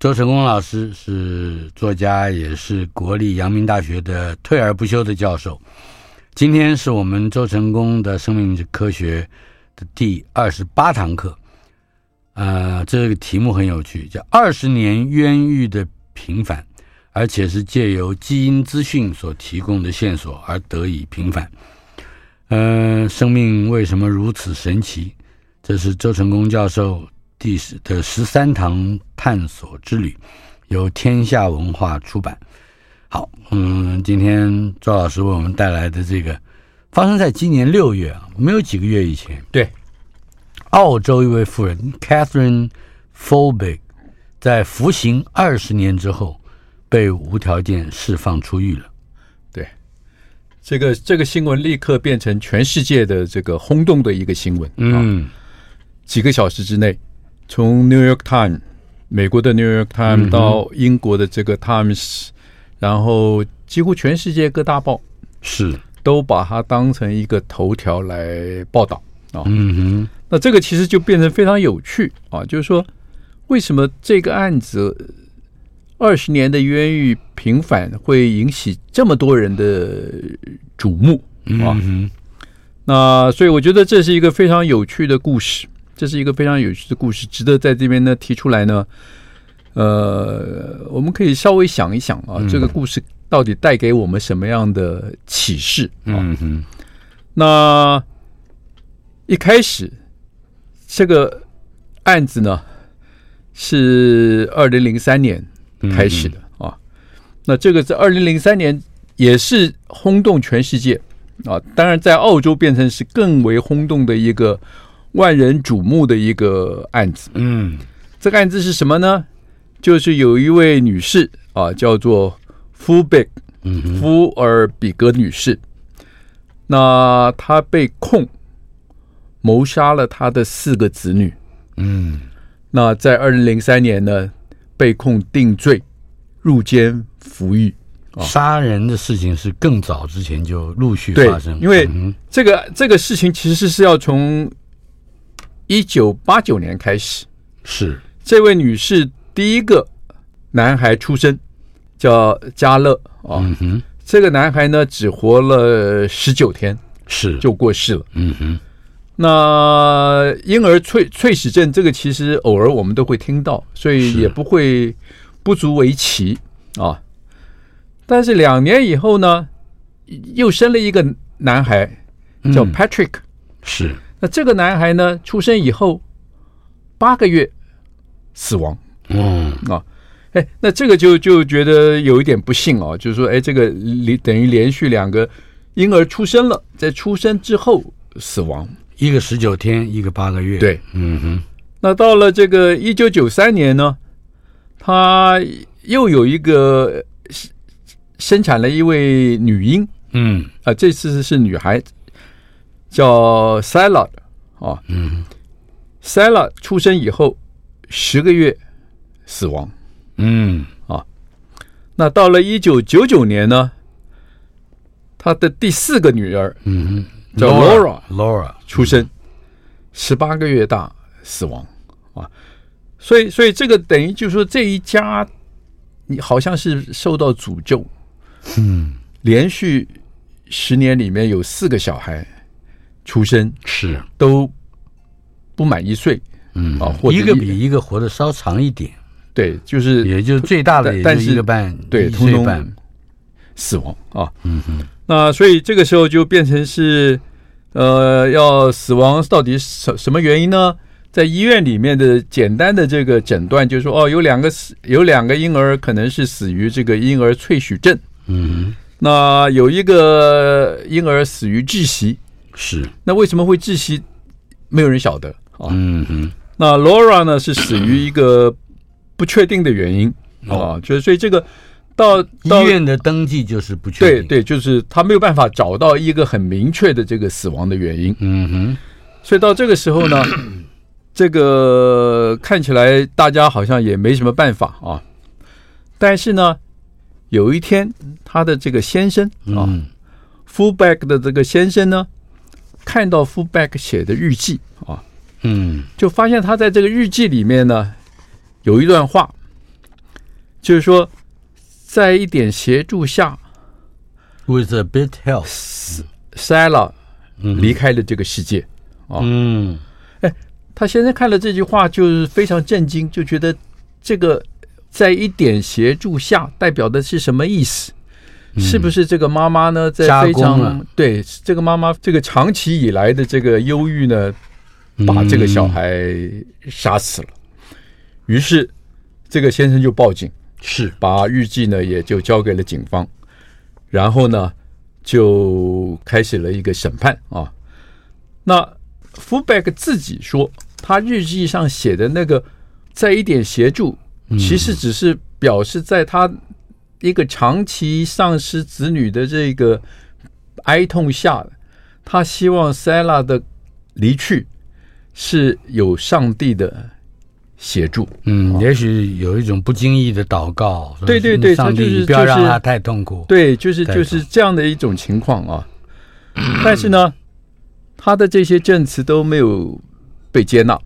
周成功老师是作家，也是国立阳明大学的退而不休的教授。今天是我们周成功的生命科学的第二十八堂课。呃，这个题目很有趣，叫“二十年冤狱的平反”，而且是借由基因资讯所提供的线索而得以平反。呃，生命为什么如此神奇？这是周成功教授第十的十三堂探索之旅，由天下文化出版。好，嗯，今天周老师为我们带来的这个，发生在今年六月啊，没有几个月以前，对，澳洲一位妇人 Catherine f o b i c 在服刑二十年之后被无条件释放出狱了。对，这个这个新闻立刻变成全世界的这个轰动的一个新闻。啊，嗯，几个小时之内，从 New York Times 美国的 New York 嗯 Times 到英国的这个 Times，、然后几乎全世界各大报是，都把它当成一个头条来报道啊。嗯那这个其实就变成非常有趣啊，就是说，为什么这个案子二十年的冤狱平反会引起这么多人的瞩目哼，啊？嗯那所以我觉得这是一个非常有趣的故事，这是一个非常有趣的故事，值得在这边呢提出来呢。呃，我们可以稍微想一想啊，这个故事到底带给我们什么样的启示啊？哼，嗯哼，那一开始这个案子呢是二零零三年开始的啊，那这个在二零零三年也是轰动全世界啊，当然在澳洲变成是更为轰动的一个万人瞩目的一个案子。嗯这个案子是什么呢？就是有一位女士啊，叫做夫贝嗯哼，福尔比格女士，那她被控谋杀了她的四个子女。嗯那在二零零三年呢，被控定罪，入监服役。杀人的事情是更早之前就陆续对发生，，因为嗯这个这个事情其实是要从一九八九年开始。是这位女士第一个男孩出生叫加勒啊，嗯哼这个男孩呢只活了十九天是就过世了。嗯哼那婴儿猝猝死症这个其实偶尔我们都会听到，所以是也不会不足为奇啊。但是两年以后呢，又生了一个男孩叫嗯 Patrick、是那这个男孩呢，出生以后八个月死亡。嗯啊。哎，那这个就就觉得有一点不幸哦，就是说，哎，这个连等于连续两个婴儿出生了，在出生之后死亡。一个十九天，一个八个月，，对，嗯哼那到了这个一九九三年呢，她又有一个呃生生产了一位女婴嗯啊、这次是女孩，叫 Sala 啊，嗯，Sala 出生以后十个月死亡。嗯那到了一九九九年呢，她的第四个女儿嗯哼叫 Laura Laura 出生，十八个月大死亡啊，所以所以这个等于就是说这一家，你好像是受到诅咒，嗯，连续十年里面有四个小孩出生是都不满一岁，嗯啊或者一个比一个活得稍长一点，对，就是也就最大的但也但就是一个半，对，一通岁通半，死亡啊。嗯哼。那所以这个时候就变成是，呃，要死亡到底什什么原因呢？在医院里面的简单的这个诊断就是说，哦，有两个死，有两个婴儿可能是死于这个婴儿萃取症，嗯那有一个婴儿死于窒息。哼是那为什么会窒息？没有人晓得啊。嗯哼那哦 Laura 呢是死于一个不确定的原因啊，就是所以这个到到医院的登记就是不确对定。，对，就是他没有办法找到一个很明确的这个死亡的原因，嗯哼，所以到这个时候呢， 这个看起来大家好像也没什么办法啊。但是呢，有一天他的这个先生啊、嗯 f u l l b a c k 的这个先生呢，看到 f u l l b a c k 写的日记啊，嗯就发现他在这个日记里面呢，有一段话，就是说，在一点协助下，with a bit help， ，Sala 嗯离开了这个世界。啊嗯他先生看了这句话，就是非常震惊，就觉得这个在一点协助下代表的是什么意思？是不是这个妈妈呢，在加嗯非工常了对这个妈妈这个长期以来的这个忧郁呢，把这个小孩杀死了？于是这个先生就报警，嗯是把日记呢也就交给了警方，然后呢就开始了一个审判啊。那福贝克自己说，他日记上写的那个在一点协助，其实只是表示在他一个长期丧失子女的这个哀痛下，他希望塞拉的离去是有上帝的协助。嗯，也许有一种不经意的祷告，嗯对对对上他就是帝不要让就是他太痛苦。对，就是带就是这样的一种情况啊。但是呢，他的这些证词都没有被接纳。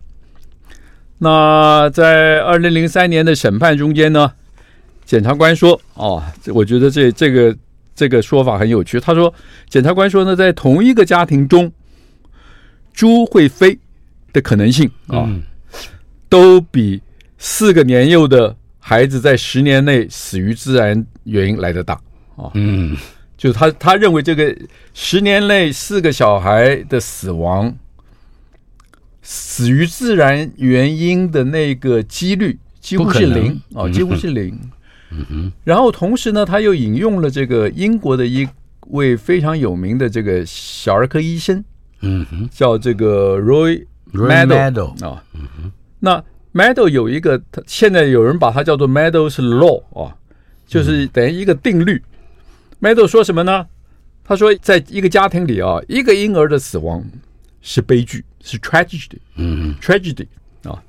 那在二零零三年的审判中间呢，检察官说：“哦，这我觉得这这个这个说法很有趣。”他说，检察官说呢，在同一个家庭中，猪会飞的可能性啊，嗯都比四个年幼的孩子在十年内死于自然原因来得大。嗯就是他他认为这个十年内四个小孩的死亡，死于自然原因的那个几率几乎是不可能嗯零啊、哦，几乎是零。然后同时呢，他又引用了这个英国的一位非常有名的这个小儿科医生，嗯哼叫这个 Roy ，Roy Meadow Meadow，啊、那 Meadow 有一个，他现在有人把它叫做 Meadow's Law 啊，就是等于一个定律。Meadow 说什么呢？他说，在一个家庭里啊，一个婴儿的死亡是悲剧，是 tragedy，嗯 tragedy 啊，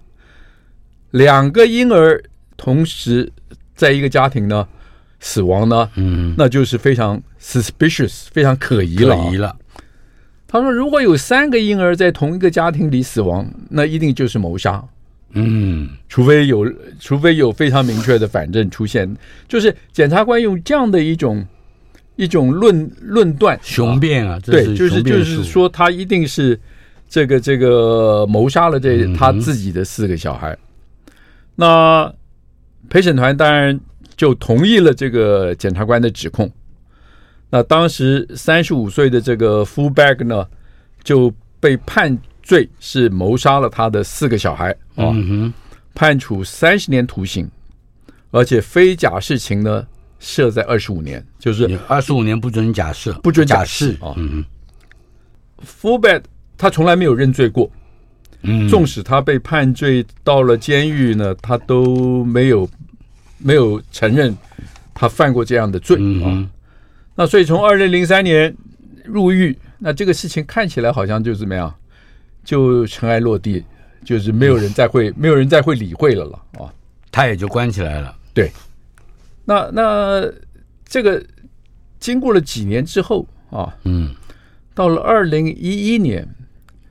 两个婴儿同时在一个家庭呢死亡呢，嗯，那就是非常 suspicious，非常可疑了啊、可疑了，他说，如果有三个婴儿在同一个家庭里死亡，那一定就是谋杀，嗯除非有除非有非常明确的反证出现。就是检察官用这样的一种一种论论断，雄辩啊，这对，就是雄就辩是术说他一定是这个这个谋杀了这嗯他自己的四个小孩。那陪审团当然就同意了这个检察官的指控。那当时三十五岁的这个 f u l b a c k 呢，就被判罪是谋杀了他的四个小孩啊，嗯哼，判处三十年徒刑，而且非假释刑呢设在二十五年，就是二十五年不准假设，不准假假释释啊嗯 f u l b a c k 他从来没有认罪过，嗯，纵使他被判罪到了监狱呢，他都没有没有承认他犯过这样的罪嗯啊。哼那所以从二零零三年入狱，那这个事情看起来好像就怎么样，就尘埃落地，就是没有人再会没有人再会理会了了啊。他也就关起来了。那那这个经过了几年之后啊，嗯到了二零一一年，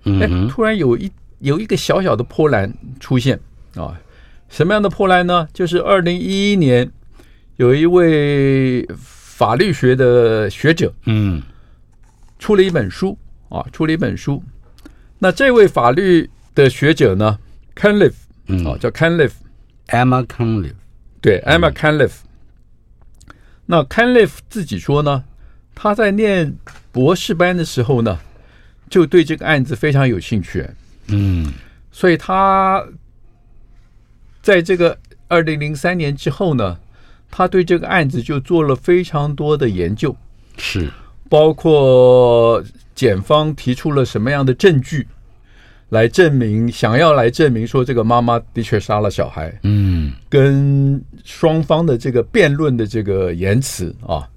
哎嗯，哼突然有一有一个小小的波澜出现啊，什么样的波澜呢？就是二零一一年，有一位法律学的学者嗯出了一本书啊，出了一本书。那这位法律的学者呢，Canliff 嗯啊，叫 Canliff， ，Emma Conley，对，Emma Canliff。那 Canliff 自己说呢，他在念博士班的时候呢，就对这个案子非常有兴趣。嗯所以他在这个二零零三年之后呢，他对这个案子就做了非常多的研究，是包括检方提出了什么样的证据，来证明，想要来证明说这个妈妈的确杀了小孩，嗯跟双方的这个辩论的这个言辞啊，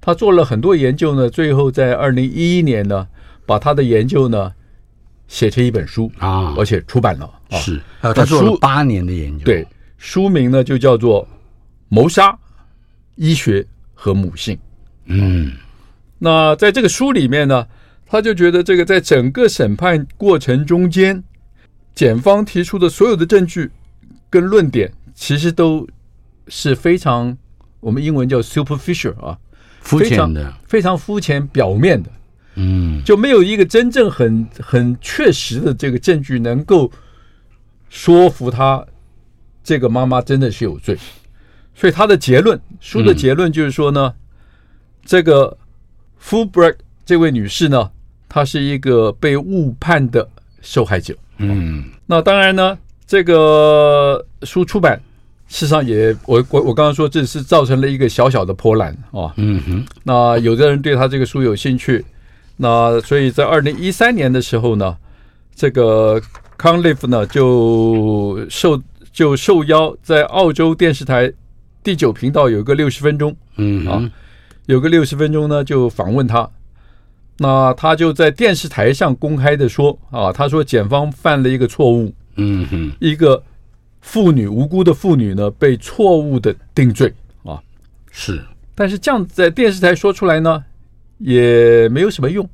他做了很多研究呢，最后在二零一一年呢，把他的研究呢写成一本书，啊，而且出版了啊。是，还有哦他他做了书八年的研究，对，书名呢就叫做《谋杀、医学和母性》。嗯，那在这个书里面呢，他就觉得这个在整个审判过程中间，检方提出的所有的证据跟论点，其实都是非常我们英文叫 superficial 啊，肤非浅常的，非常肤浅、表面的，嗯就没有一个真正很很确实的这个证据能够说服他这个妈妈真的是有罪。所以他的结论，书的结论就是说呢，这个 Fulbright 这位女士呢，她是一个被误判的受害者。嗯那当然呢，这个书出版，事实上也，我我我刚刚说这是造成了一个小小的波澜啊。嗯哼，那有的人对他这个书有兴趣，那所以在二零一三年的时候呢，这个康利夫呢就受就受邀在澳洲电视台第九频道有一个六十分钟，嗯哼啊，有个六十分钟呢就访问他。那他就在电视台上公开的说啊，他说检方犯了一个错误，嗯哼，一个妇女无辜的妇女呢被错误的定罪啊，是，但是这样在电视台说出来呢，也没有什么用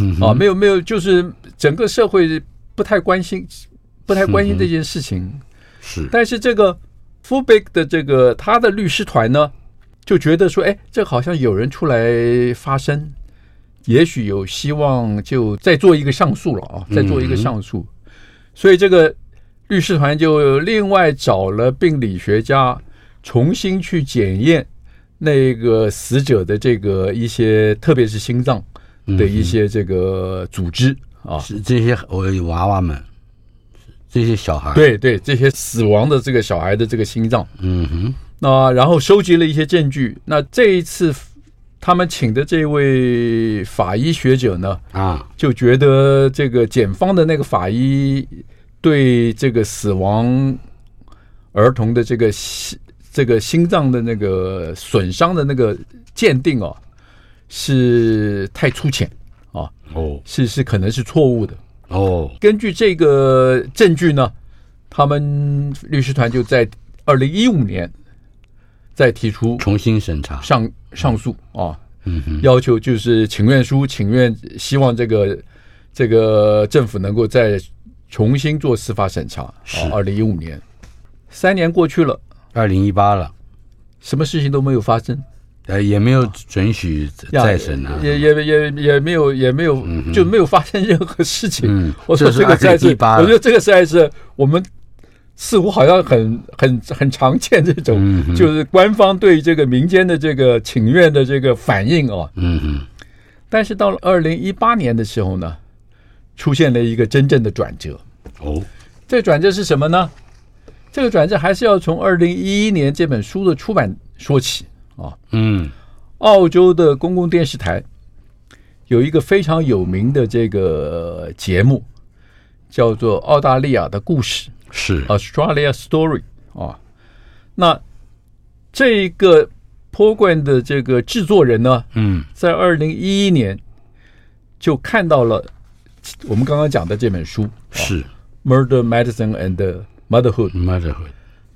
嗯啊，没有没有，就是整个社会不太关心，不太关心这件事情。是，但是这个 f u b i k 的这个他的律师团呢，就觉得说，哎，这好像有人出来发声，也许有希望，就再做一个上诉了啊，再做一个上诉。所以这个律师团就另外找了病理学家重新去检验那个死者的这个一些，特别是心脏的一些这个组织啊。是这些我娃娃们，这些小孩，，对对，这些死亡的这个小孩的这个心脏，嗯哼，那然后收集了一些证据。那这一次他们请的这位法医学者呢，啊，就觉得这个检方的那个法医对这个死亡儿童的这个心这个心脏的那个损伤的那个鉴定哦，是太粗浅啊，哦是是可能是错误的。哦，根据这个证据呢，他们律师团就在二零一五年再提出重新审查，上上诉啊，嗯哼，要求就是请愿书，请愿希望这个这个政府能够再重新做司法审查。啊，二零一五年，三年过去了，二零一八了。什么事情都没有发生，呃，也没有准许呀再审啊。也也也也没有也没有、就没有发生任何事情。嗯 我说这是这个实在是， 2018了我觉得这个实在是我们似乎好像很很很常见这种，嗯哼就是官方对这个民间的这个请愿的这个反应啊。嗯哼，但是到了二零一八年的时候呢，出现了一个真正的转折。哦，这个转折是什么呢？这个转折还是要从二零一一年这本书的出版说起。嗯澳洲的公共电视台有一个非常有名的这个节目，叫做《澳大利亚的故事是》 （Australia Story） 啊。那这个 program 的这个制作人呢，嗯在二零一一年就看到了我们刚刚讲的这本书是《Murder Medicine and Motherhood》， motherhood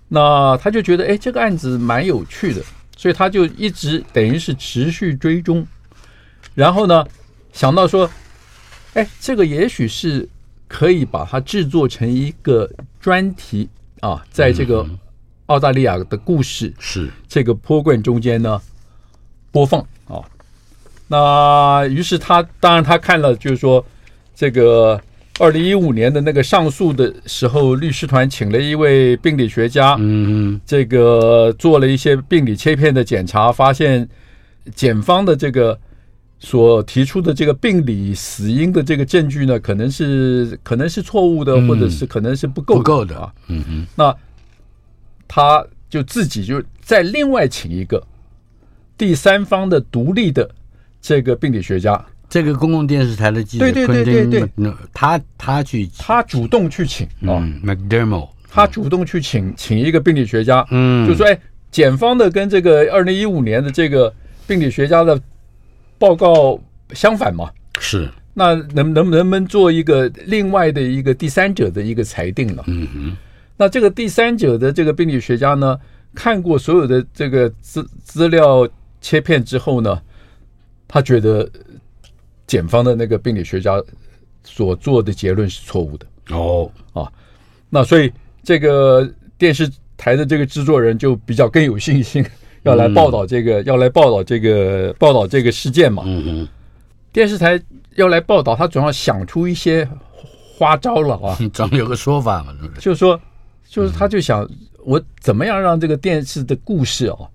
那他就觉得，哎，这个案子蛮有趣的，所以他就一直等于是持续追踪，然后呢，想到说，哎，这个也许是可以把它制作成一个专题啊，在这个澳大利亚的故事是这个 program 中间呢播放啊。那于是他当然他看了，就是说这个二零一五年的那个上诉的时候，律师团请了一位病理学家，嗯这个做了一些病理切片的检查，发现检方的这个所提出的这个病理死因的这个证据呢，可能是可能是错误的，或者是可能是不够不够的啊。嗯哼那他就自己就再另外请一个第三方的独立的这个病理学家这个公共电视台的记者对对对对对 Mc- 他他去他主动去请啊，嗯 McDermott，他主动去请请一个病理学家，嗯，就说哎，检方的跟这个二零一五年的这个病理学家的报告相反嘛，是，那能能能不能做一个另外的一个第三者的一个裁定了？嗯哼，那这个第三者的这个病理学家呢，看过所有的这个资资料切片之后呢，他觉得检方的那个病理学家所做的结论是错误的。哦，那所以这个电视台的这个制作人就比较更有信心，要来报道这个，要来报道这个报道这个事件嘛。嗯哼。电视台要来报道，他总要想出一些花招了啊。 总有个说法嘛，是不是？就是说，就是他就想我怎么样让这个电视的故事哦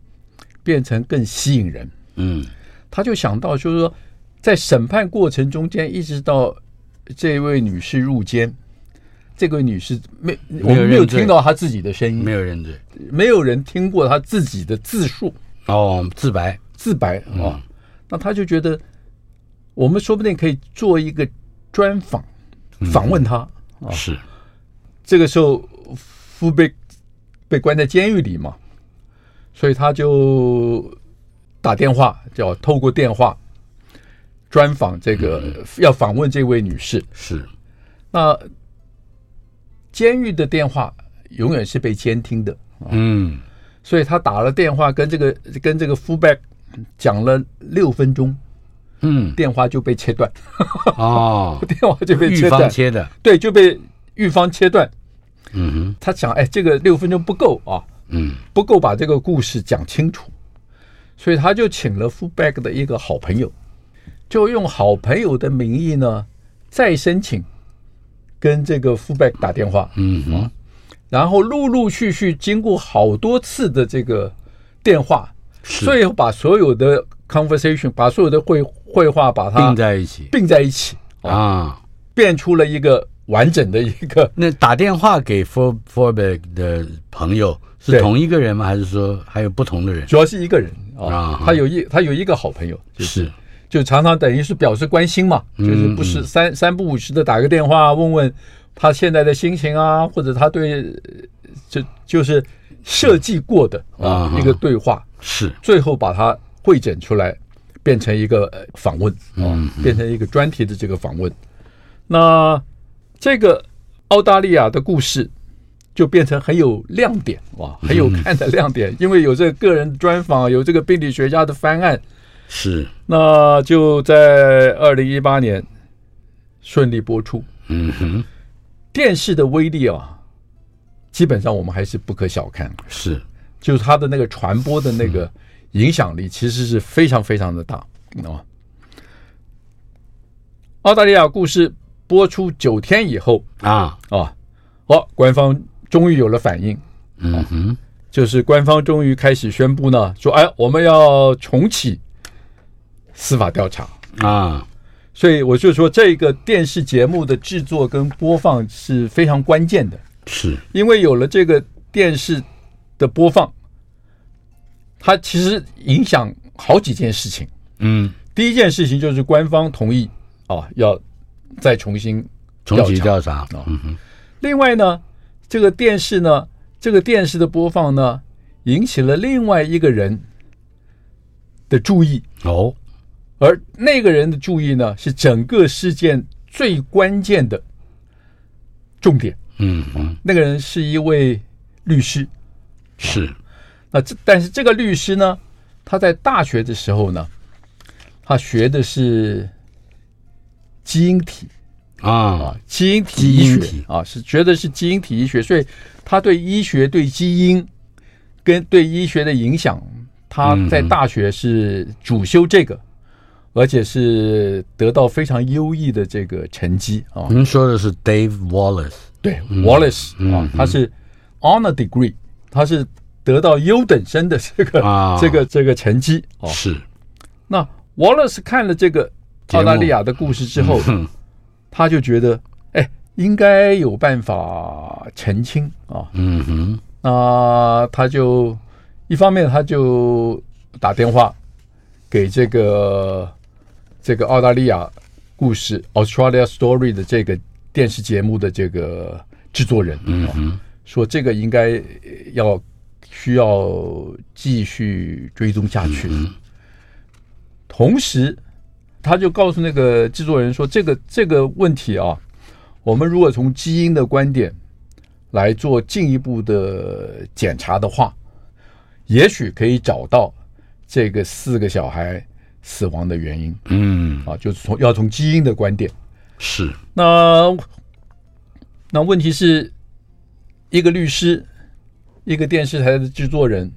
变成更吸引人。嗯他就想到，就是说，在审判过程中间，一直到这位女士入监，这位女士没我们没有认罪听到她自己的声音，没有认罪没有人听过她自己的自述哦，自白自白啊、哦那他就觉得，我们说不定可以做一个专访，访问她。是这个时候夫被被关在监狱里嘛，所以他就打电话，叫透过电话专访这个、要访问这位女士。是，那监狱的电话永远是被监听的，嗯所以他打了电话跟这个跟这个 f u b a c 讲了六分钟，嗯电话就被切断，哦，电话就 被预切断防，切的，对，就被狱方切断。嗯哼，他想，哎，这个六分钟不够啊，嗯不够把这个故事讲清楚，所以他就请了 f u b a c 的一个好朋友，就用好朋友的名义呢，再申请跟这个 f u b a c 打电话，嗯哼，然后陆陆续续经过好多次的这个电话，是最后把所有的 conversation，把所有的绘绘画把它并在一起并在一起，啊。变出了一个完整的一个那打电话给 For Forbeck 的朋友是对同一个人吗？还是说还有不同的人？主要是一个人啊啊，他有一他有一个好朋友，就是是就常常等于是表示关心嘛，就是不是三三不五时的打个电话问问他现在的心情啊，或者他对呃就就是设计过的啊嗯一个对话，是，最后把它汇整出来，变成一个呃访问啊，变成一个专题的这个访问。那这个澳大利亚的故事就变成很有亮点哇，很有看的亮点，因为有这个个人专访，有这个病理学家的翻案。是，那就在二零一八年顺利播出。嗯哼，电视的威力啊，基本上我们还是不可小看，是，就是它的那个传播的那个影响力，其实是非常非常的大啊。澳大利亚故事播出九天以后啊，啊，哦，官方终于有了反应，嗯哼，就是官方终于开始宣布呢，说哎，我们要重启司法调查。啊，所以我就说，这个电视节目的制作跟播放是非常关键的，是，因为有了这个电视的播放，它其实影响好几件事情。嗯，第一件事情就是官方同意啊，要再重新重启调调查。查，嗯哼，另外呢，这个电视呢，这个电视的播放呢，引起了另外一个人的注意，哦，而那个人的注意呢，是整个事件最关键的重点。嗯哼，那个人是一位律师，是，那这但是这个律师呢，他在大学的时候呢，他学的是基因体啊啊，，基因体基医因学体啊，是学的是基因体医学，所以他对医学、对基因跟对医学的影响，他嗯在大学是主修这个。而且是得到非常优异的这个成绩啊！您说的是 Dave Wallace，对、Wallace 嗯啊，他是 honor degree，他是得到优等生的这 个、啊这个这个成绩哦。是，那 Wallace 看了这个节澳目大利亚的故事之后，哼他就觉得，哎，应该有办法澄清啊。嗯哼，那、他就一方面他就打电话给这个这个澳大利亚故事 （Australia Story） 的这个电视节目的这个制作人，嗯、说这个应该要需要继续追踪下去。同时，他就告诉那个制作人说，这个这个问题啊，我们如果从基因的观点来做进一步的检查的话，也许可以找到这个四个小孩死亡的原因嗯，啊，就是从要从基因的观点。是，那那问题是，一个律师，一个电视台的制作人，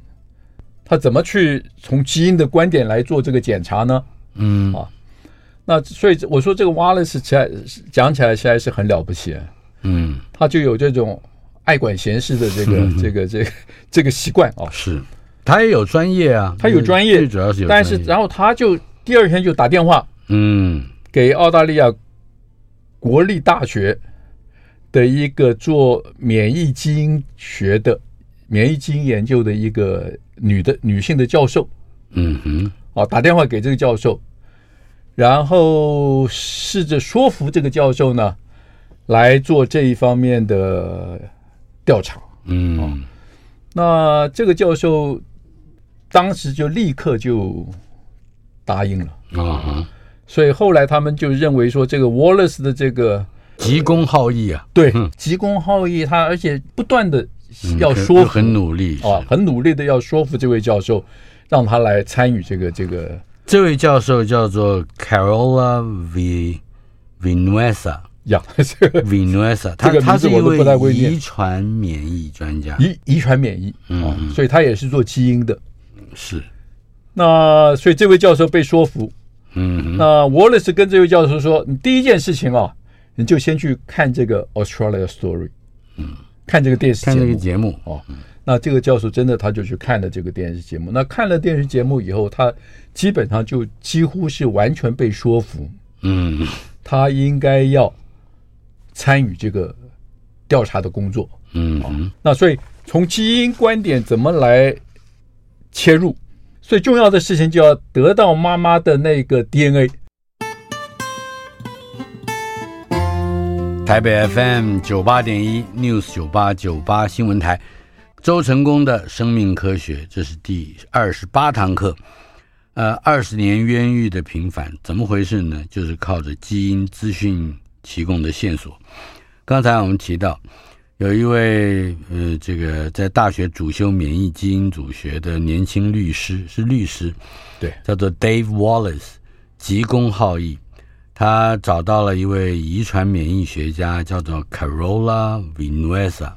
他怎么去从基因的观点来做这个检查呢？嗯那所以我说这个 Wallace 起来讲起来实在是很了不起，啊嗯他就有这种爱管闲事的这个这个这个这个习惯啊。哦是，他也有专业啊，他有专业最主要是有专但业，是然后他就第二天就打电话嗯给澳大利亚国立大学的一个做免疫基因学的免疫基因研究的一个女的女性的教授嗯哼啊，打电话给这个教授，然后试着说服这个教授呢来做这一方面的调查。嗯那这个教授当时就立刻就答应了，啊哈，所以后来他们就认为说这个 Wallace 的这个。急公好义啊，对，急公好义，他而且不断的嗯要很说服很努力啊，很努力的要说服这位教授，让他来参与这个这个这位教授叫做 Carola V Vinuesa 呀，这个 Vinuesa，他 这个他名字是一我都不太位会念遗传免疫专家， 遗遗传免疫啊，所以他也是做基因的。是那所以这位教授被说服，嗯哼那 Wallace 跟这位教授说，你第一件事情啊，你就先去看这个 Australia Story，看这个电视节看目，这个节目哦，那这个教授真的他就去看了这个电视节目。那看了电视节目以后，他基本上就几乎是完全被说服，嗯他应该要参与这个调查的工作。嗯哼那所以从基因观点怎么来切入？最重要的事情就要得到妈妈的那个 DNA。台北 FM 九八点一 News 九八九八新闻台，周成功的生命科学，这是第二十八堂课。呃，二十年冤狱的平反，怎么回事呢？就是靠着基因资讯提供的线索。刚才我们提到，有一位呃，这个在大学主修免疫基因组学的年轻律师，是律师，对叫做 Dave Wallace，急公好义。他找到了一位遗传免疫学家，叫做 Carola Vinuesa。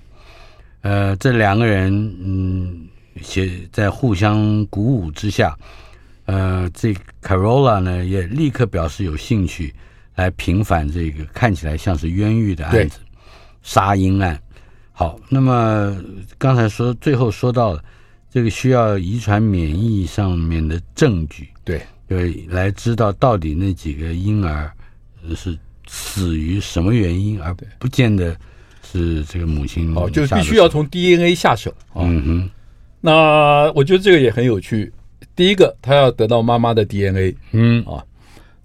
呃，这两个人，嗯，写在互相鼓舞之下，呃，这 Carola 呢也立刻表示有兴趣来平反这个看起来像是冤狱的案子，杀婴案。好，那么刚才说最后说到了这个需要遗传免疫上面的证据，对，对，来知道到底那几个婴儿呃是死于什么原因，而不见得是这个母亲哦，就嗯下是的必须要手从 DNA 下手。嗯哼，那我觉得这个也很有趣。第一个，他要得到妈妈的 DNA。嗯，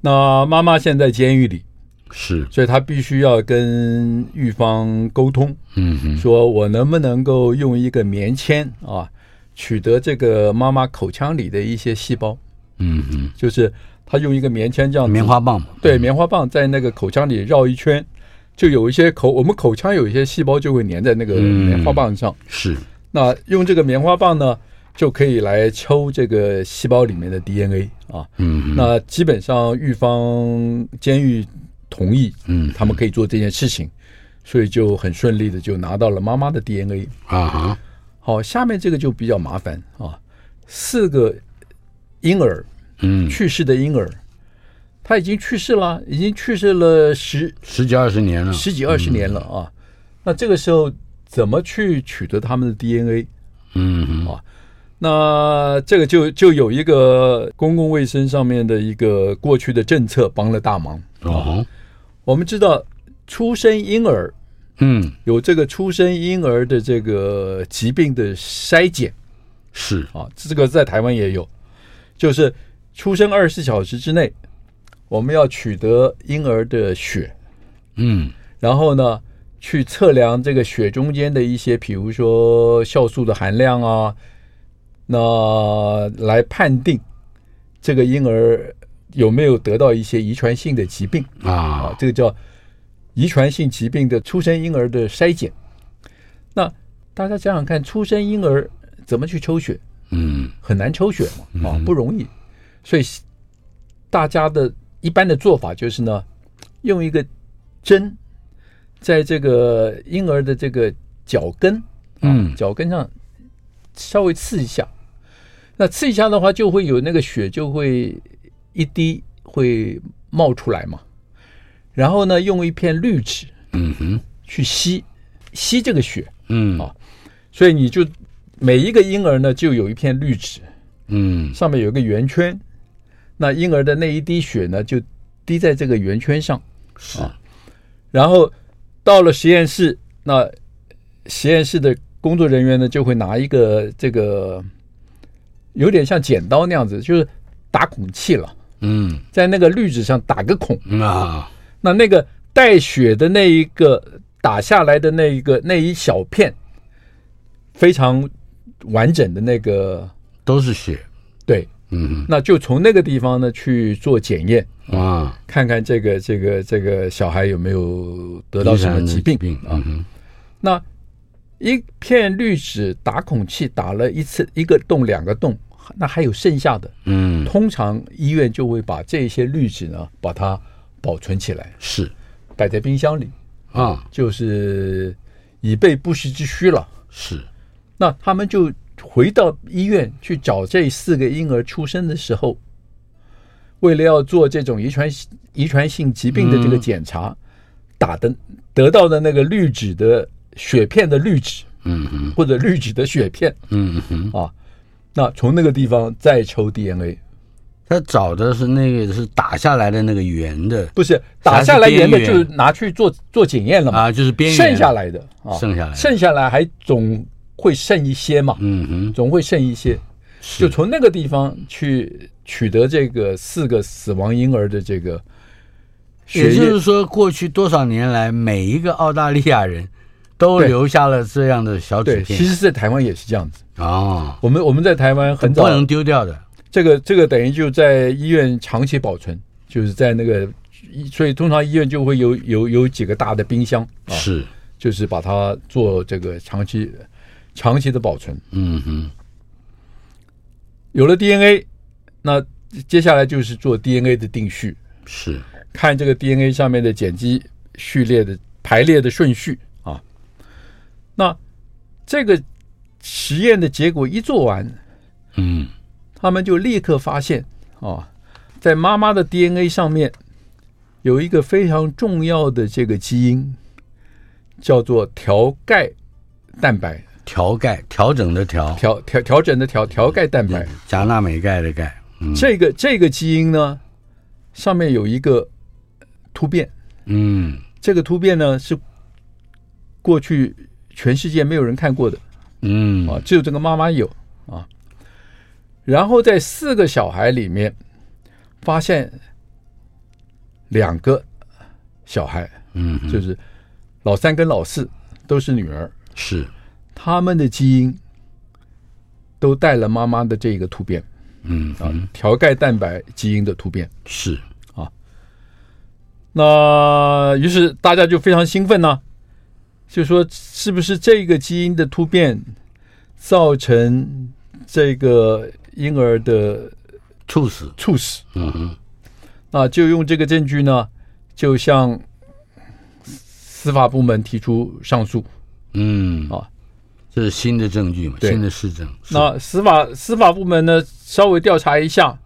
那妈妈现在监狱里，是，所以他必须要跟狱方沟通，嗯哼，说我能不能够用一个棉签啊，取得这个妈妈口腔里的一些细胞，嗯哼，就是他用一个棉签这样棉花棒嘛，对棉花棒在那个口腔里绕一圈，就有一些口我们口腔有一些细胞就会粘在那个嗯棉花棒上，是，那用这个棉花棒呢，就可以来抽这个细胞里面的 DNA 啊。嗯哼，那基本上狱方监狱同意，嗯他们可以做这件事情，所以就很顺利的就拿到了妈妈的 DNA。啊哈，好，下面这个就比较麻烦啊，四个婴儿嗯，去世的婴儿，他已经去世了，已经去世了十十几二十年了，十几二十年了啊。那这个时候怎么去取得他们的 DNA？嗯哼，那这个就就有一个公共卫生上面的一个过去的政策帮了大忙。哦，我们知道，出生婴儿嗯，有这个出生婴儿的这个疾病的筛检是，啊，这个在台湾也有，就是出生二十四小时之内，我们要取得婴儿的血，嗯然后呢，去测量这个血中间的一些，比如说酵素的含量啊，那来判定这个婴儿有没有得到一些遗传性的疾病啊啊，，这个叫遗传性疾病的出生婴儿的筛检。那大家想想看，出生婴儿怎么去抽血？嗯很难抽血嘛，啊，不容易，所以大家的一般的做法就是呢，用一个针在这个婴儿的这个脚跟，啊嗯脚跟上稍微刺一下，那刺一下的话，就会有那个血就会一滴会冒出来嘛，然后呢，用一片绿纸嗯哼去吸吸这个血，嗯好所以你就每一个婴儿呢就有一片绿纸。嗯上面有一个圆圈，那婴儿的那一滴血呢，就滴在这个圆圈上。是然后到了实验室，那实验室的工作人员呢，就会拿一个这个有点像剪刀那样子，就是打孔器了，嗯在那个滤纸上打个孔。嗯啊那那个带血的那一个打下来的那一个那一小片，非常完整的那个都是血，对，嗯那就从那个地方呢去做检验。哼啊，看看这个这个这个小孩有没有得到什么疾病啊？嗯哼那一片滤纸打孔器打了一次一个洞两个洞，那还有剩下的，嗯通常医院就会把这些滤纸呢把它保存起来，是摆在冰箱里，啊就是以备不时之需了。是那他们就回到医院去找这四个婴儿出生的时候，为了要做这种遗传遗传性疾病的这个检查，嗯打的得到的那个滤纸的血片的滤纸嗯哼或者滤纸的血片嗯哼，啊，那从那个地方再抽 DNA，他找的是那个是打下来的那个圆的不是打下来原本边就缘是拿去做做检验了嘛，啊，就是边缘剩下，来的啊，哦剩下来的剩下来还总会剩一些嘛，嗯哼，总会剩一些。是就从那个地方去取得这个四个死亡婴儿的这个血也液就是说，过去多少年来，每一个澳大利亚人都对留下了这样的小纸对，其片实，在台湾也是这样子。哦，我们我们在台湾很不早，能丢掉的，这个这个等于就在医院长期保存，就是在那个，所以通常医院就会有有有几个大的冰箱啊，是，就是把它做这个长期长期的保存。嗯哼，有了 DNA，那接下来就是做 DNA 的定序，是，看这个 DNA 上面的碱基序列的排列的顺序啊。那这个实验的结果一做完，嗯他们就立刻发现啊，在妈妈的 DNA 上面有一个非常重要的这个基因，叫做调钙蛋白，调钙调整的调，调调调整的调调钙蛋白。加纳美钙的钙，嗯这个这个基因呢，上面有一个突变，嗯这个突变呢是过去全世界没有人看过的嗯啊，只有这个妈妈有啊。然后在四个小孩里面，发现两个小孩，嗯哼，就是老三跟老四都是女儿，是，他们的基因都带了妈妈的这个突变嗯啊，调钙蛋白基因的突变。是，那于是大家就非常兴奋呢、就说是不是这个基因的突变造成这个婴儿的猝死，猝死？嗯哼，那就用这个证据呢，就向司法部门提出上诉。嗯啊，这是新的证据嘛，对新的市政，是那司法司法部门呢，稍微调查一下，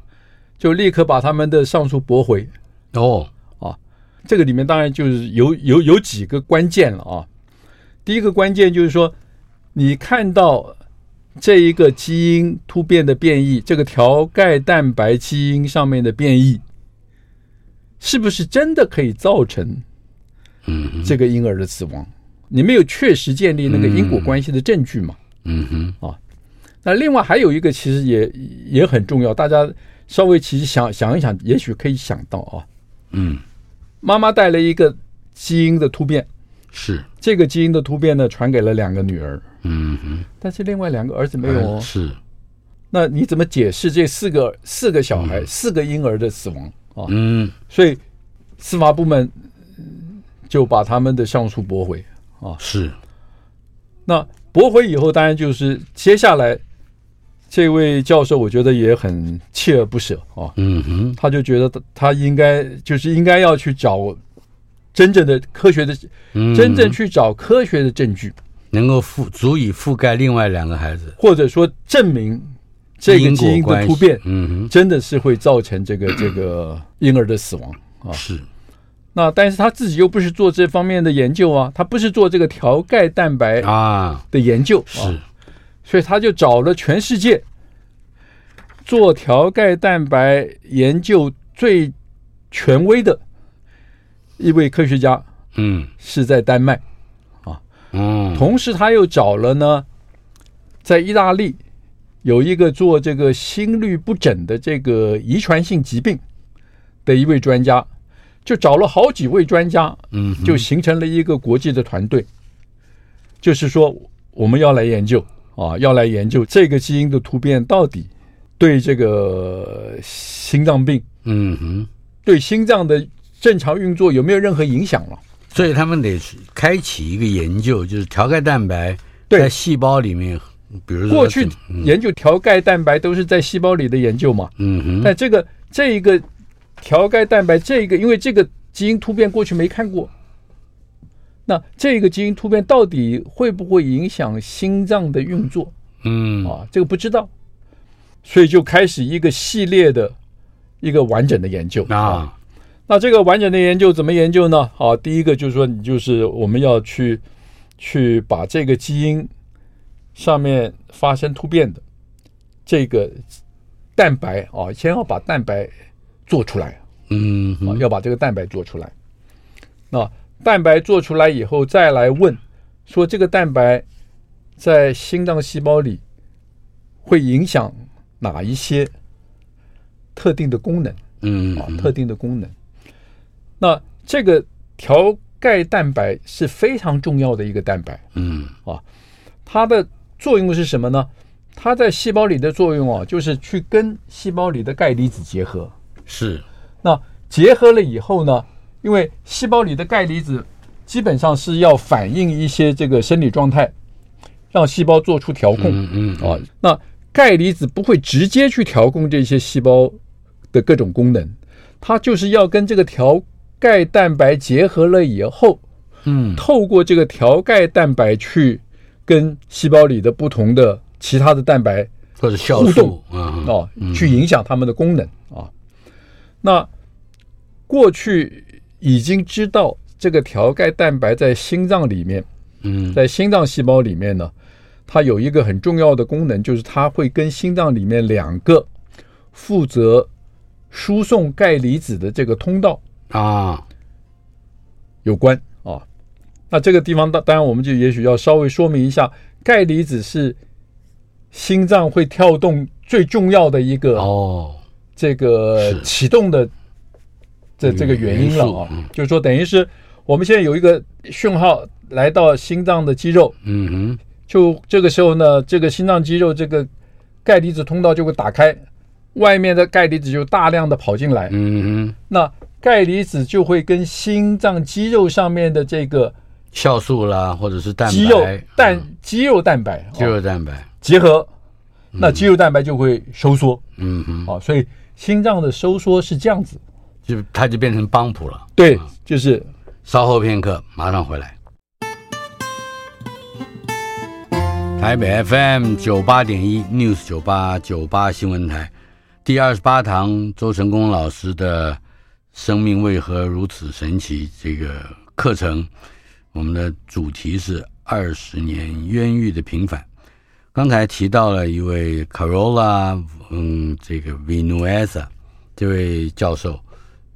就立刻把他们的上诉驳回。哦，这个里面当然就是有有有几个关键了啊。第一个关键就是说，你看到这一个基因突变的变异，这个调钙蛋白基因上面的变异，是不是真的可以造成嗯哼这个婴儿的死亡？你没有确实建立那个因果关系的证据嘛？嗯哼，那另外还有一个其实也也很重要，大家稍微其实想想一想，也许可以想到啊，嗯，妈妈带了一个基因的突变，是，这个基因的突变呢传给了两个女儿，嗯哼，但是另外两个儿子没有哦。嗯是，那你怎么解释这四个四个小孩、四个婴儿的死亡啊？嗯，所以司法部门嗯就把他们的上诉驳回。是，那驳回以后，当然就是接下来这位教授，我觉得也很锲而不舍啊，嗯哼，他就觉得他他应该就是应该要去找真正的科学的，嗯真正去找科学的证据，能够覆足以覆盖另外两个孩子或者说证明这个因基果因关的系突变嗯真的是会造成这个这个婴儿的死亡。哼，是，那但是他自己又不是做这方面的研究啊，他不是做这个调钙蛋白啊，的研究，是，啊，所以他就找了全世界做调钙蛋白研究最权威的一位科学家，嗯，是在丹麦，嗯，同时他又找了呢，在意大利有一个做这个心律不整的这个遗传性疾病的一位专家，就找了好几位专家，嗯哼，就形成了一个国际的团队，就是说我们要来研究啊，要来研究这个基因的突变到底对这个心脏病、嗯哼，对心脏的正常运作有没有任何影响了？所以他们得开启一个研究，就是调钙蛋白对在细胞里面，比如说过去怎么研究调钙蛋白都是在细胞里的研究嘛，嗯哼，但这个这一个调钙蛋白这一个，因为这个基因突变过去没看过。那这个基因突变到底会不会影响心脏的运作？嗯啊，这个不知道，所以就开始一个系列的一个完整的研究。啊，那这个完整的研究怎么研究呢？啊，第一个就是说，你就是我们要去去把这个基因上面发生突变的这个蛋白啊，先要把蛋白做出来嗯啊，哼，要把这个蛋白做出来。那蛋白做出来以后，再来问说这个蛋白在心脏细胞里会影响哪一些特定的功能嗯啊哼，特定的功能。那这个调钙蛋白是非常重要的一个蛋白，嗯它的作用是什么呢？它在细胞里的作用啊，就是去跟细胞里的钙离子结合。是，那结合了以后呢，因为细胞里的钙离子基本上是要反映一些这个生理状态，让细胞做出调控嗯嗯啊、那钙离子不会直接去调控这些细胞的各种功能，它就是要跟这个调钙蛋白结合了以后，嗯透过这个调钙蛋白去跟细胞里的不同的其他的蛋白或者酵互素动啊，哦，去影响它们的功能啊。那过去已经知道这个调钙蛋白在心脏里面，嗯在心脏细胞里面呢，它有一个很重要的功能，就是它会跟心脏里面两个负责输送钙离子的这个通道啊，有关啊。那这个地方当当然我们就也许要稍微说明一下，钙离子是心脏会跳动最重要的一个哦，这个是启动的这这个原因了元素啊嗯，就是说等于是我们现在有一个讯号来到心脏的肌肉，嗯就这个时候呢，这个心脏肌肉这个钙离子通道就会打开，外面的钙离子就大量的跑进来哼，，嗯哼，那钙离子就会跟心脏肌肉上面的这个酵素啦，或者是蛋白，肌肉蛋嗯肌肉蛋白肌啊肉蛋白，结合，那肌肉蛋白就会收缩嗯哼，啊，所以心脏的收缩是这样子，就它就变成帮谱了。对，就是稍后片刻，马上回来。台北 FM 九八点一 News 九八九八新闻台第二十八堂周成功老师的《生命为何如此神奇》这个课程，我们的主题是二十年冤狱的平反。刚才提到了一位 Carola，嗯，这个 Vinuesa 这位教授，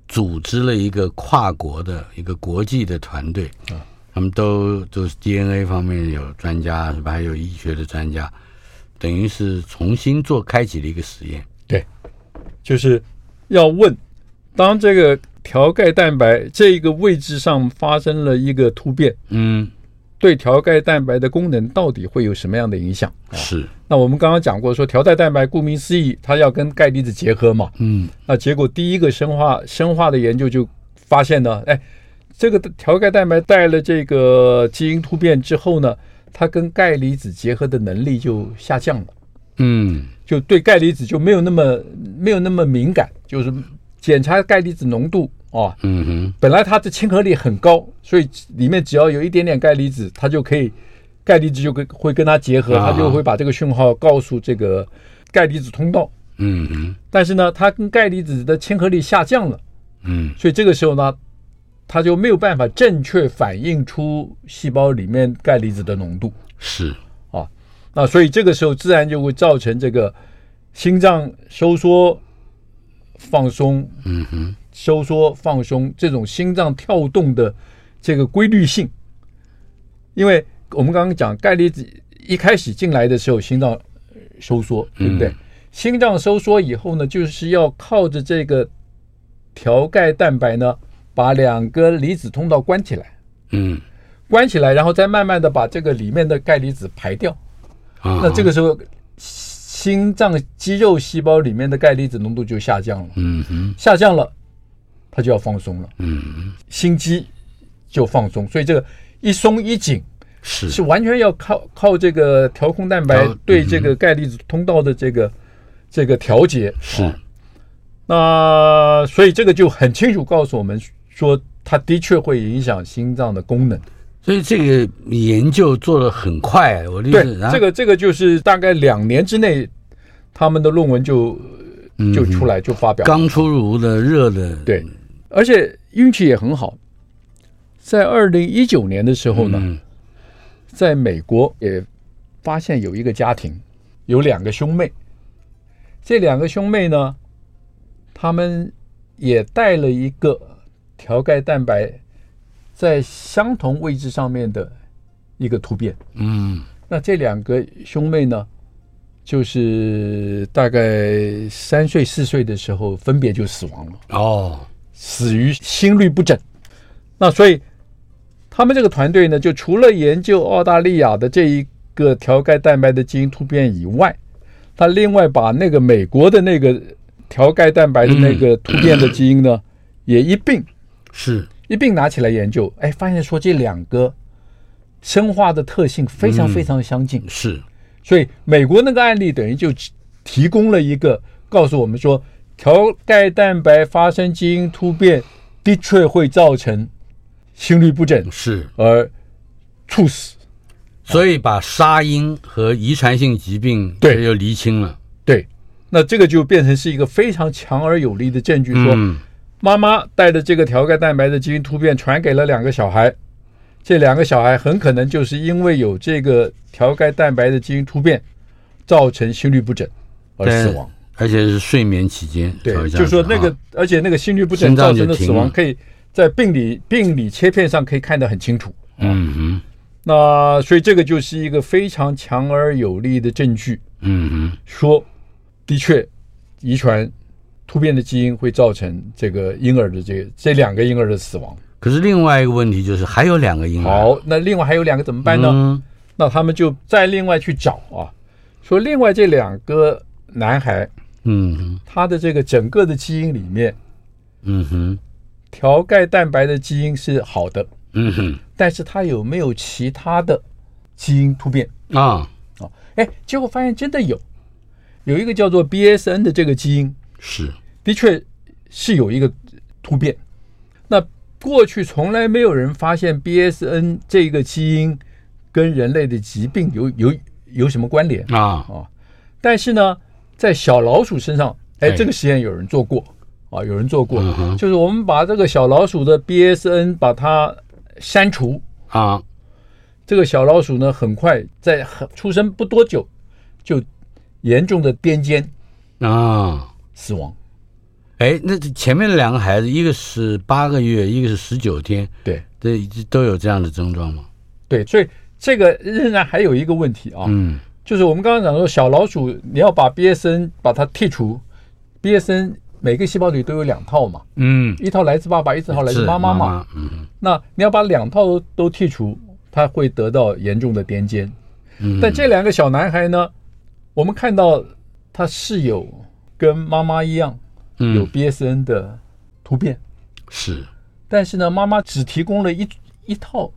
组织了一个跨国的一个国际的团队，嗯他们都都是 DNA 方面有专家是吧？还有医学的专家，等于是重新做开启了一个实验。就是要问，当这个调钙蛋白这个位置上发生了一个突变，嗯，对调钙蛋白的功能到底会有什么样的影响？是，那我们刚刚讲过，说调钙蛋白顾名思义，它要跟钙离子结合嘛。嗯那结果第一个生化生化的研究就发现呢，哎，这个调钙蛋白带了这个基因突变之后呢，它跟钙离子结合的能力就下降了，嗯就对钙离子就没有那么没有那么敏感，就是检查钙离子浓度啊，嗯哼，本来它的亲和力很高，所以里面只要有一点点钙离子，它就可以，钙离子就跟会跟它结合，啊它就会把这个讯号告诉这个钙离子通道。嗯哼，但是呢，它跟钙离子的亲和力下降了，嗯所以这个时候呢，它就没有办法正确反映出细胞里面钙离子的浓度。是，那所以这个时候自然就会造成这个心脏收缩、放松、嗯哼，收缩、放松这种心脏跳动的这个规律性。因为我们刚刚讲钙离子一开始进来的时候，心脏呃收缩，对不对？嗯心脏收缩以后呢，就是要靠着这个调钙蛋白呢，把两个离子通道关起来，嗯关起来，然后再慢慢的把这个里面的钙离子排掉。啊，那这个时候，心脏肌肉细胞里面的钙离子浓度就下降了，嗯哼，下降了，它就要放松了。嗯哼，心肌就放松，所以这个一松一紧是是完全要靠靠这个调控蛋白调嗯对这个钙离子通道的这个这个调节。是，那所以这个就很清楚告诉我们说，它的确会影响心脏的功能。所以这个研究做的很快，我的意对思，，然后这个这个就是大概两年之内，他们的论文就就出来就发表嗯了。刚出炉的热的，对，而且运气也很好，在二零一九年的时候呢，嗯在美国也发现有一个家庭有两个兄妹，这两个兄妹呢，他们也带了一个调钙蛋白在相同位置上面的一个突变。嗯那这两个兄妹呢，就是大概三岁四岁的时候，分别就死亡了。哦，死于心律不整。那所以他们这个团队呢，就除了研究澳大利亚的这一个调钙蛋白的基因突变以外，他另外把那个美国的那个调钙蛋白的那个突变的基因呢，也一并是，一并拿起来研究，哎，发现说这两个生化的特性非常非常相近，是，所以美国那个案例等于就提供了一个告诉我们说，调钙蛋白发生基因突变的确会造成心律不整是，而猝死。所以把杀因和遗传性疾病对又厘清了。对，那这个就变成是一个非常强而有力的证据，说嗯妈妈带着这个调钙蛋白的基因突变传给了两个小孩，这两个小孩很可能就是因为有这个调钙蛋白的基因突变，造成心律不整而死亡。而且是睡眠期间，才对，会这就样说子那个啊，而且那个心律不整心造脏成的就停死亡，了可以在病理病理切片上可以看得很清楚。嗯哼，那所以这个就是一个非常强而有力的证据，嗯哼，说的确遗传突变的基因会造成这个婴儿的这个这两个婴儿的死亡。可是另外一个问题就是还有两个婴儿，好，那另外还有两个怎么办呢？嗯，那他们就再另外去找啊，说另外这两个男孩嗯哼，他的这个整个的基因里面嗯哼，调钙蛋白的基因是好的。嗯哼，但是它有没有其他的基因突变啊，啊？哎，结果发现真的有，有一个叫做 BSN 的这个基因，是，的确是有一个突变。那过去从来没有人发现 BSN 这个基因跟人类的疾病有有有什么关联，啊，但是呢，在小老鼠身上，哎，哎这个实验有人做过啊，有人做过嗯，哼就是我们把这个小老鼠的 BSN 把它删除，啊，这个小老鼠呢，很快在很出生不多久就严重的癫痫啊。死亡。哎，那这前面的两个孩子，一个是八个月，一个是十九天，对这都有这样的症状吗？对，所以这个仍然还有一个问题啊，嗯，就是我们刚刚讲说小老鼠，你要把 BSN 把它剔除，BSN 每个细胞里都有两套嘛，嗯，一套来自爸爸，一套来自妈妈嘛。是，嗯那你要把两套都剔除，他会得到严重的癫痫。嗯，但这两个小男孩呢，我们看到他是有跟妈妈一样有嗯 BSN 的突变，是，但是呢，妈妈只提供了一一套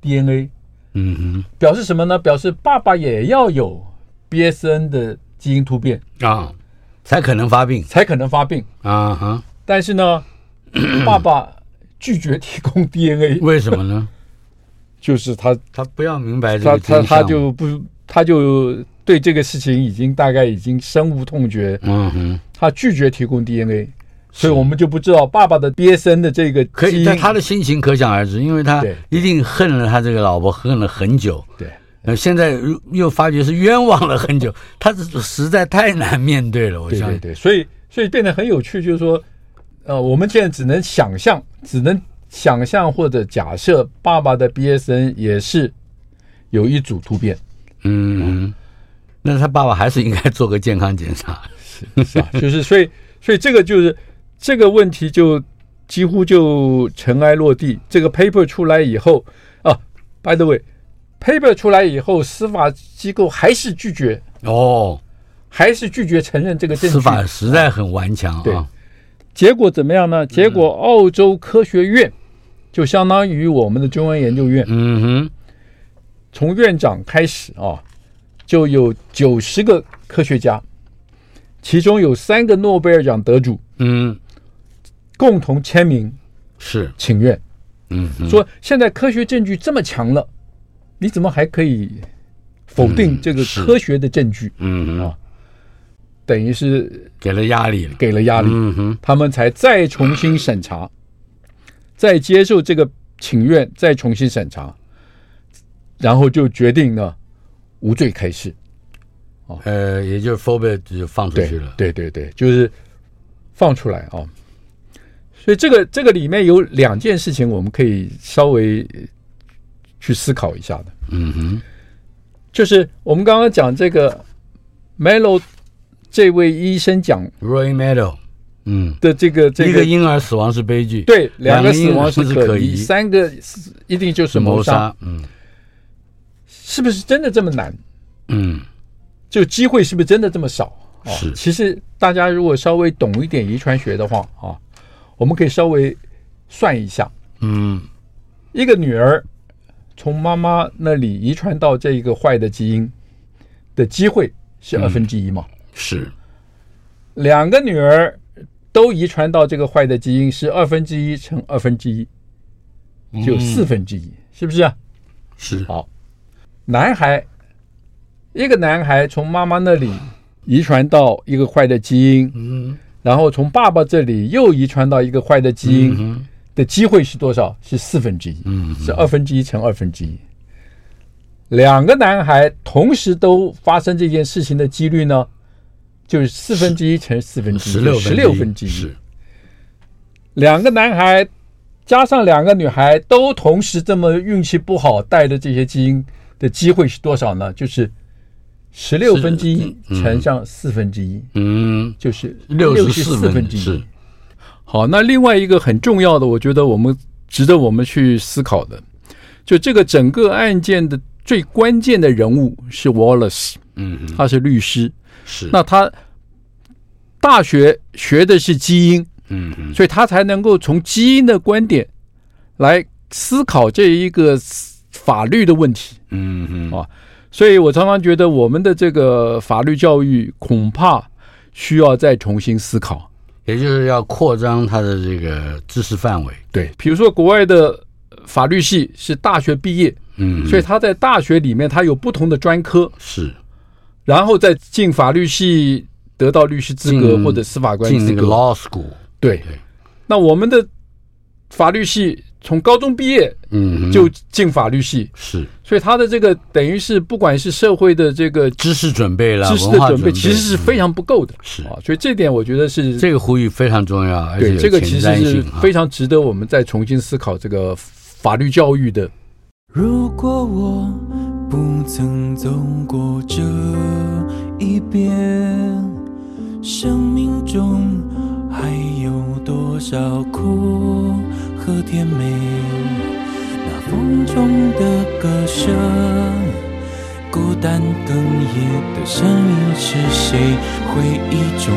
DNA，嗯表示什么呢？表示爸爸也要有 BSN 的基因突变哼啊，才可能发病才可能发病。啊哈？但是呢，爸爸拒绝提供 DNA，为什么呢？ 就是他他不要明白这他个他真相他就不他就对这个事情已经大概已经深恶痛绝，嗯哼，他拒绝提供 DNA，所以我们就不知道爸爸的 BSN 的这个可基以，因但他的心情可想而知，因为他对一定恨了他这个老婆，恨了很久。对呃，现在又又发觉是冤枉了很 久，他是实在太难面对了。我对想对对，所以所以变得很有趣，就是说，呃，我们现在只能想象，只能想象或者假设爸爸的 BSN 也是有一组突变，嗯，那他爸爸还是应该做个健康检查。是 吧？就是所以所以这个就是这个问题就几乎就尘埃落地。这个 paper 出来以后啊，by the way，paper 出来以后，司法机构还是拒绝，哦，还是拒绝承认这个证据。司法实在很顽强对啊。结果怎么样嗯呢？结果澳洲科学院、就相当于我们的中央研究院，嗯从院长开始啊，就有九十个科学家，其中有三个诺贝尔奖得主哼，嗯，共同签名是，请愿，嗯哼，说现在科学证据这么强了，你怎么还可以否定嗯这个是科学的证据？嗯哼啊，等于是给了压力了。给了压力。嗯哼，他们才再重新审查，再接受这个请愿，再重新审查，然后就决定呢无罪开释。呃，也就是 phobia 就放出对去了。对对对，就是放出来啊。所以这个这个里面有两件事情，我们可以稍微呃去思考一下的，嗯哼，就是我们刚刚讲这个 Melo 这位医生讲 Roy Meadow，嗯，的这个这一个婴儿死亡是悲剧，，对两两个个死因亡素是是可可疑，疑三个死一定就是是谋谋杀。杀。嗯是不是真的这么难？嗯，就机会是不是真的这么少？啊是其实大家如果稍微懂一点遗传学的话啊，我们可以稍微算一下，嗯一个女儿从妈妈那里遗传到这个坏的基因的机会是二分之一嘛？是，两个女儿都遗传到这个坏的基因是二分之一乘二分之一，就四分之一，是不是啊、是好，男孩，一个男孩从妈妈那里遗传到一个坏的基因，嗯然后从爸爸这里又遗传到一个坏的基因哼的机会是多少？是四分之一，嗯是二分之一乘二分之一。两个男孩同时都发生这件事情的几率呢，就是四分之一乘四分之一，十六十六分之一。是，两个男孩加上两个女孩都同时这么运气不好带的这些基因的机会是多少呢？就是十六嗯分之一乘上四分之一，嗯，就是六十十四分分之是一。，好，那另外一个很重要的，我觉得我们值得我们去思考的，就这个整个案件的最关键的人物是 Wallace，嗯哼他是律师，是，那他大学学的是基因，嗯哼所以他才能够从基因的观点来思考这一个思法律的问题。嗯哼哦所以我常常觉得我们的这个法律教育恐怕需要再重新思考。也就是要扩张他的这个知识范围。对，比如说国外的呃法律系是大学毕业，嗯，所以他在大学里面他有不同的专科，是然后再进法律系得到律师资格进或者司法官进资那个格。 law school。对对，那我们的法律系从高中毕业嗯哼，就进法律系，是所以他的这个等于是不管是社会的这个知识准备了，知识文的化准备，备嗯其实是非常不够的是啊。所以这点我觉得是这个呼吁非常重要，而且对有这个其前瞻实是性啊。非常值得我们再重新思考这个法律教育的如果我不曾走过这一边，生命中少苦和甜美，那风中的歌声，孤单哽咽的声音是谁？回忆中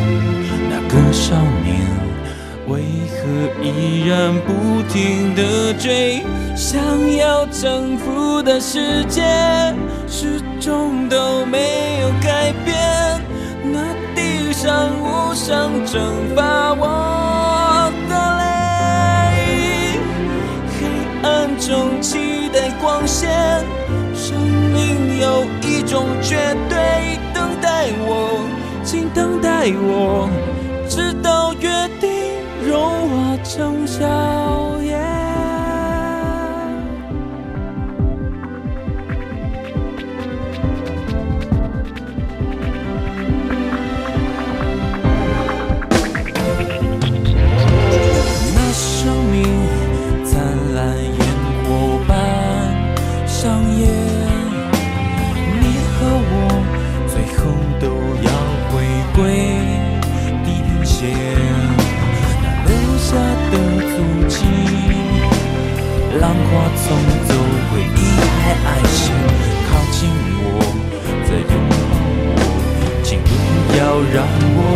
那个少年，为何依然不停地追？想要征服的世界，始终都没有改变。那地上无声蒸发我的泪，黑暗中期待光线，生命有一种绝对，等待我，请等待我，直到约定融化成笑颜。那生命灿烂烟火般上演，你和我最后都要回归地平线，那留下的足迹，浪花冲走回忆和爱情，靠近我，再拥抱我，请不要让我。